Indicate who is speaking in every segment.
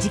Speaker 1: 時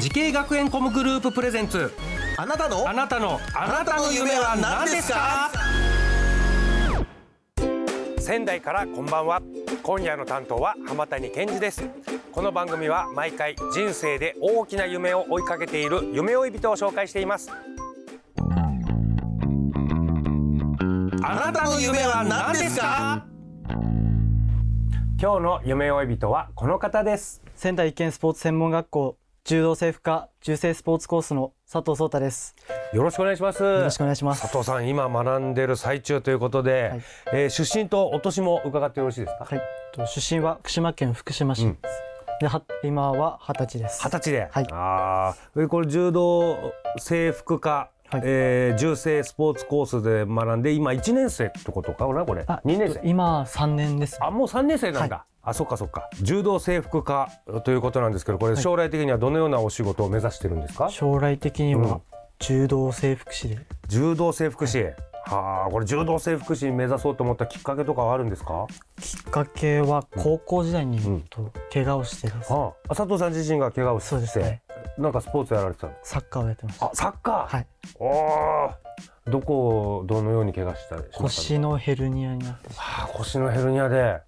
Speaker 2: 時系学園コムグループプレゼンツ
Speaker 3: あなたの
Speaker 2: あなたのあなたの夢は何ですか仙台からこんばんは今夜の担当は浜谷健二ですこの番組は毎回人生で大きな夢を追いかけている夢追い人を紹介していますあなたの夢は何ですか今日の夢追い人はこの方です
Speaker 4: 仙台一見スポーツ専門学校柔道整復科柔性スポーツコースの佐藤壮太です
Speaker 2: よろしくお願いします
Speaker 4: よろしくお願いします
Speaker 2: 佐藤さん今学んでる最中ということで、
Speaker 4: はい
Speaker 2: えー出身とお年も伺ってよろしいですか
Speaker 4: はいと出身は福島県福島市
Speaker 2: う
Speaker 4: で
Speaker 2: ん
Speaker 4: は今は二十歳です
Speaker 2: 二十歳で、
Speaker 4: はい
Speaker 2: ああでこれ柔道制服科、
Speaker 4: はい
Speaker 2: えー、柔性スポーツコースで学んで今一年生ってことかなこれ
Speaker 4: あ
Speaker 2: 二年
Speaker 4: えっと
Speaker 2: 生
Speaker 4: 今三年です
Speaker 2: あもう三年生なんだ、あそっかそっか柔道制服科ということなんですけどこれ
Speaker 4: はい
Speaker 2: 将来的にはどのようなお仕事を目指してるんですか、
Speaker 4: 将来的に
Speaker 2: うん
Speaker 4: は柔道整復師で
Speaker 2: 柔道整復師、はあこれ柔道整復師目指そうと思ったきっかけとかはあるんですか
Speaker 4: きっかけは高校時代に
Speaker 2: うん
Speaker 4: と怪我をしてです
Speaker 2: ああ佐藤さん自身が怪我をして
Speaker 4: そうですね
Speaker 2: なんかスポーツやられてたんです
Speaker 4: サッカーをやってました
Speaker 2: あサッカー、
Speaker 4: はい
Speaker 2: おーどこをどのように怪我したしましたの
Speaker 4: 腰のヘルニアになってしま
Speaker 2: はあ腰のヘルニアで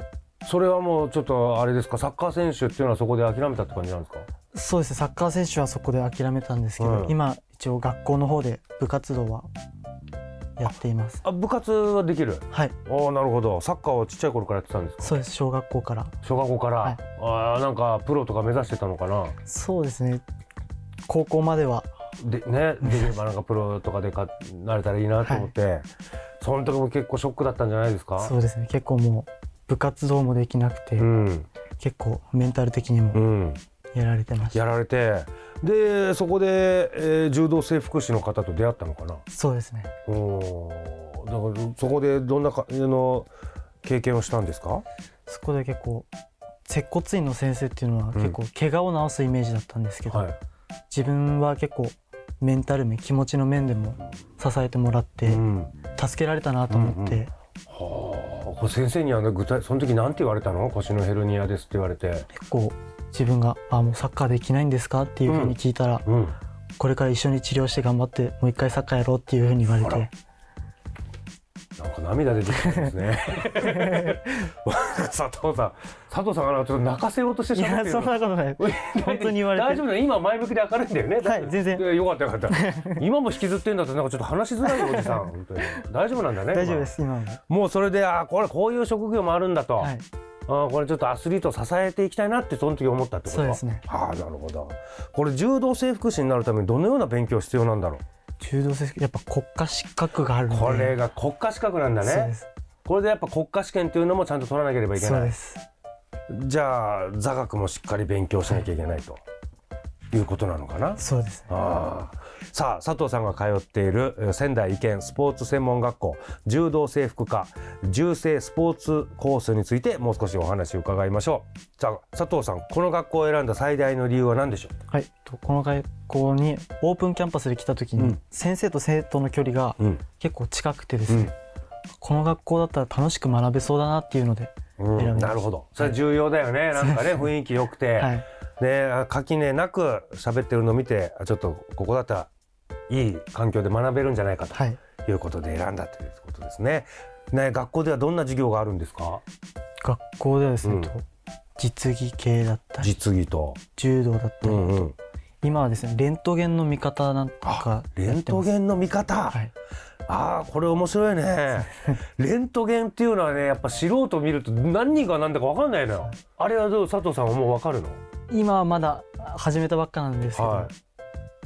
Speaker 2: それはもうちょっとあれですかサッカー選手っていうのはそこで諦めたって感じなんですか
Speaker 4: うそうですねサッカー選手はそこで諦めたんですけど、
Speaker 2: うん
Speaker 4: 今一応学校の方で部活動はやっています
Speaker 2: あ部活はできる
Speaker 4: はい
Speaker 2: おおなるほどサッカーはちっちゃい頃からやってたんですか
Speaker 4: そうです小学校から
Speaker 2: 小学校から、
Speaker 4: はい
Speaker 2: ああなんかプロとか目指してたのかな
Speaker 4: そうですね高校までは
Speaker 2: で ねできればなんかプロとかでかなれたらいいなと思って、その時も結構ショックだったんじゃないですか
Speaker 4: そうですね結構もう部活動もできなくて、
Speaker 2: うん
Speaker 4: 結構メンタル的に
Speaker 2: う
Speaker 4: も
Speaker 2: ん
Speaker 4: やられてました、
Speaker 2: やられてでそこで、えー柔道整復師の方と出会ったのかな
Speaker 4: そうですね
Speaker 2: おーだからそこでどんなかあの経験をしたんですか
Speaker 4: そこで結構接骨院の先生っていうのは結構怪我を治すイメージだったんですけど、
Speaker 2: はい、
Speaker 4: 自分は結構メンタル面気持ちの面でも支えてもらって、
Speaker 2: うん、
Speaker 4: 助けられたなと思って、
Speaker 2: うんうんはあこれ先生にはね具体その時なんて言われたの腰のヘルニアですって言われて、
Speaker 4: 結構自分が「あもうサッカーできないんですか?」っていうふうに聞いたら、
Speaker 2: うん、
Speaker 4: これから一緒に治療して頑張ってもう一回サッカーやろうっていうふうに言われ
Speaker 2: あら
Speaker 4: て
Speaker 2: なんか涙出てきたんですね 佐藤さん佐藤さんがなんかちょっと泣かせようとしてし
Speaker 4: い
Speaker 2: まっ
Speaker 4: や
Speaker 2: てる
Speaker 4: そんなこと ない本当に言われて
Speaker 2: 大丈夫だよ今前向きで明るいんだよね
Speaker 4: はい全然
Speaker 2: やよかったよかった今も引きずってんだってなんかちょっと話しづらいおじさん本当に大丈夫なんだね
Speaker 4: 大丈夫です今も
Speaker 2: 今もうそれであこれこういう職業もあるんだと、
Speaker 4: はい
Speaker 2: あーこれちょっとアスリートを支えていきたいなってその時思ったってこと
Speaker 4: そうですね
Speaker 2: ああなるほどこれ柔道整復師になるためにどのような勉強必要なんだろ
Speaker 4: 柔道整復やっぱ国家資格がある
Speaker 2: う、
Speaker 4: ので
Speaker 2: これが国家資格なんだ
Speaker 4: そうで
Speaker 2: ね
Speaker 4: す
Speaker 2: これでやっぱ国家試験というのもちゃんと取らなければいけ
Speaker 4: そう
Speaker 2: な
Speaker 4: で
Speaker 2: い
Speaker 4: す
Speaker 2: じゃあ座学もしっかり勉強しなきゃいけないと、い、うことなのかな
Speaker 4: そうですね
Speaker 2: ああさあ佐藤さんが通っているえー仙台医見スポーツ専門学校柔道制服科柔性スポーツコースについてもう少しお話を伺いましょうじゃあ佐藤さんこの学校を選んだ最大の理由は何でしょ
Speaker 4: はいとこの学校にオープンキャンパスで来た時
Speaker 2: う
Speaker 4: に
Speaker 2: ん
Speaker 4: 先生と生徒の距離が
Speaker 2: う、うん
Speaker 4: 結構近くてですねこの学校だったら楽しく学べそうだなっていうので
Speaker 2: うん
Speaker 4: 選びました
Speaker 2: なるほどそれ重要だよね、なんかね雰囲気良くて、
Speaker 4: はい
Speaker 2: ねあ垣根なく喋ってるのを見てあちょっとここだったらいい環境で学べるんじゃないかと
Speaker 4: はい
Speaker 2: いうことで選んだということですね。ね学校ではどんな授業があるんですか
Speaker 4: 学校ではですね、
Speaker 2: うん
Speaker 4: と実技系だったり
Speaker 2: 実技と、
Speaker 4: 柔道だったり、
Speaker 2: うんうん、
Speaker 4: 今はですねレントゲンの見方なんか
Speaker 2: レント
Speaker 4: ン
Speaker 2: ゲンの見方、
Speaker 4: はい
Speaker 2: ああこれ面白 いねレントゲンっていうのはねやっぱ素人見ると何が何だか分かんないのよあれはどう佐藤さんはもう分かるの
Speaker 4: 今はまだ始めたばっかなんですけど、
Speaker 2: はい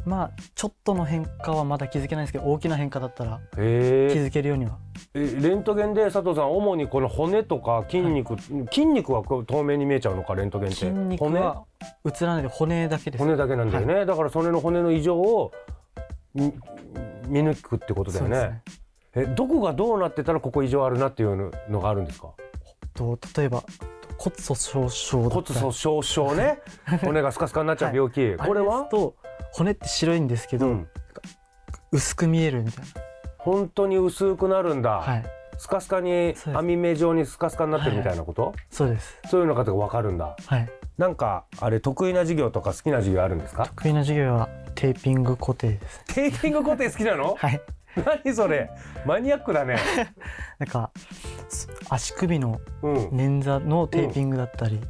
Speaker 4: まあちょっとの変化はまだ気づけないんですけど大きな変化だったら
Speaker 2: へ
Speaker 4: 気
Speaker 2: え
Speaker 4: づけるようには
Speaker 2: えレントゲンで佐藤さん主にこの骨とか筋肉、筋肉はこう透明に見えちゃうのかレントゲンって
Speaker 4: 筋肉は映らないで骨だけです
Speaker 2: 骨だけなんだよね、だからそれの骨の異常をみ見抜くってことだよね
Speaker 4: そうですね
Speaker 2: えどこがどうなってたらここ異常あるなっていうのがあるんですか
Speaker 4: と例えば骨粗しょう症だ
Speaker 2: 骨
Speaker 4: ったり
Speaker 2: 粗しょう 症ね骨がスカスカになっちゃう病気、
Speaker 4: あ
Speaker 2: こ
Speaker 4: れ
Speaker 2: れ
Speaker 4: です
Speaker 2: は
Speaker 4: と骨って白いんですけど、
Speaker 2: うん
Speaker 4: 薄く見えるみたい
Speaker 2: 本当に薄くなるんだ、
Speaker 4: なはい
Speaker 2: スカスカに
Speaker 4: す
Speaker 2: 網目状にスカスカになってるみたいなこと、
Speaker 4: そうです
Speaker 2: そういうのかとか分かるんだ
Speaker 4: はい
Speaker 2: なんかあれ得意な授業とか好きな授業あるんですか
Speaker 4: 得意な授業はテーピング固定ですね
Speaker 2: テーピング固定好きなの
Speaker 4: はい
Speaker 2: 何それマニアックだね
Speaker 4: なんかす足首の
Speaker 2: うん
Speaker 4: 捻挫のテーピングだったり、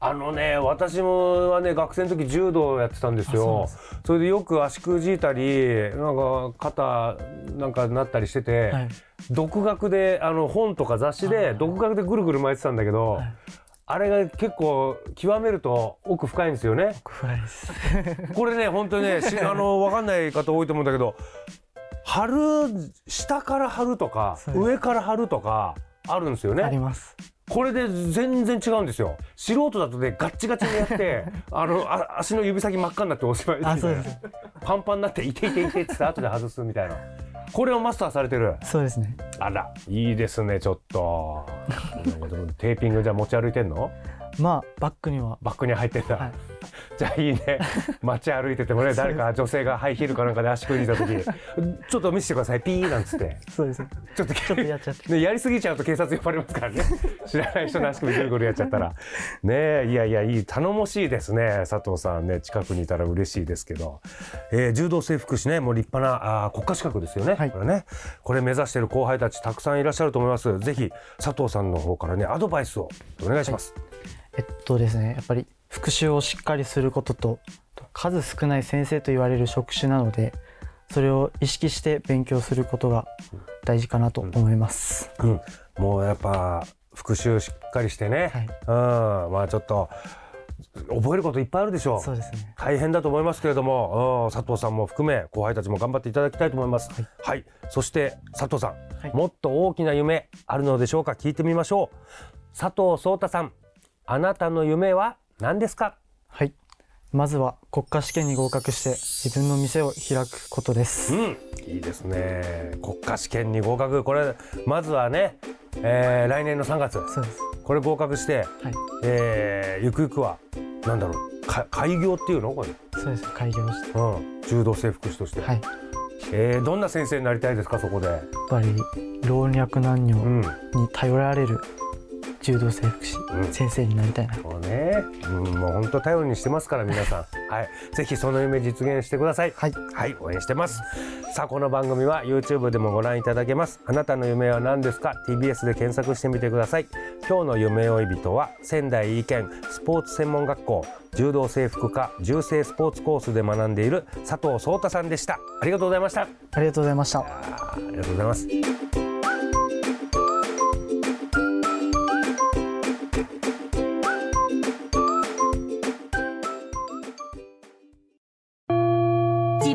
Speaker 2: あのね私もはね学生の時柔道やってたんですよ
Speaker 4: あ
Speaker 2: そ
Speaker 4: そ
Speaker 2: れでよく足くじいたりなんか肩なんかなったりしてて、
Speaker 4: はい
Speaker 2: 独学であの本とか雑誌
Speaker 4: あ
Speaker 2: で
Speaker 4: ー
Speaker 2: 独学でぐるぐる巻いてたんだけど、
Speaker 4: はい
Speaker 2: あれが結構極めると奥深いんですよね
Speaker 4: 不安です
Speaker 2: これね本当に ねしあの分かんない方多いと思うんだけど貼る下から貼るとか
Speaker 4: そうです
Speaker 2: 上から貼るとかあるんですよ
Speaker 4: あり
Speaker 2: ね
Speaker 4: ます
Speaker 2: これで全然違うんですよ素人だとねガッチガチにやって あのあ足の指先真っ赤になっておしまいみたい
Speaker 4: あ
Speaker 2: な
Speaker 4: そうです
Speaker 2: パンパンになっていていていてって言って後で外すみたいなこれをマスターされてる
Speaker 4: そうですね
Speaker 2: あら、いいですね、ちょっと。テーピングじゃ持ち歩いてんの
Speaker 4: まあバッグには
Speaker 2: バッグに入ってんだ。
Speaker 4: はい
Speaker 2: じゃあいいね。街歩いててもね、誰か女性がハイヒールかなんかで足組んでた時、ちょっと見せてください、ピーなんつって。
Speaker 4: そうですね
Speaker 2: ちょっと、
Speaker 4: ちょっとやっちゃって
Speaker 2: ね、やりすぎちゃうと警察呼ばれま すからね。知らない人の足首ぐるぐるやっちゃったら。ねえ、いやいや、いい、頼もしいですね。佐藤さんね、近くにいたら嬉しいですけど。えー柔道整復師ね、もう立派なあー国家資格ですよね、
Speaker 4: はい
Speaker 2: これね。これ目指している後輩たちたくさんいらっしゃると思います。ぜひ、佐藤さんの方からね、アドバイスをお願いします。
Speaker 4: えっとですねやっぱり復習をしっかりすることと数少ない先生と言われる職種なのでそれを意識して勉強することが大事かなと思います、
Speaker 2: うん、もうやっぱ復習しっかりしてね、うん、まあちょっと覚えることいっぱいあるでしょ
Speaker 4: そうですね
Speaker 2: 大変だと思いますけれども、うん、佐藤さんも含め後輩たちも頑張っていただきたいと思います。はい、そして佐藤さん、
Speaker 4: はい
Speaker 2: もっと大きな夢あるのでしょうか聞いてみましょう。佐藤聡太さん、あなたの夢は何ですか？
Speaker 4: はいまずは国家試験に合格して自分の店を開くことです、
Speaker 2: うん、いいですね。国家試験に合格、これまずはね、えー来年の3月、
Speaker 4: そうです
Speaker 2: これ合格して、
Speaker 4: はい
Speaker 2: えーゆくゆくはなんだろうか開業っていうのこれ、
Speaker 4: そうです開業して
Speaker 2: うん、柔道整復師として、
Speaker 4: はいやっ
Speaker 2: えーどんな先生になりたいですかそこで、
Speaker 4: ぱり老若男女
Speaker 2: うん、
Speaker 4: に頼られる柔道整復師、
Speaker 2: うん
Speaker 4: 先生になりたいな
Speaker 2: そうね、うん、もう本当頼りにしてますから皆さ んはいぜひその夢実現してください
Speaker 4: はい
Speaker 2: はい応援してますさあこの番組は YouTube でもご覧いただけますあなたの夢は何ですか TBS で検索してみてください今日の夢追い人は仙台医研スポーツ専門学校柔道制服科柔性スポーツコースで学んでいる佐藤聡太さんでしたありがとうございました
Speaker 4: ありがとうございました
Speaker 2: ありがとうございます
Speaker 5: 自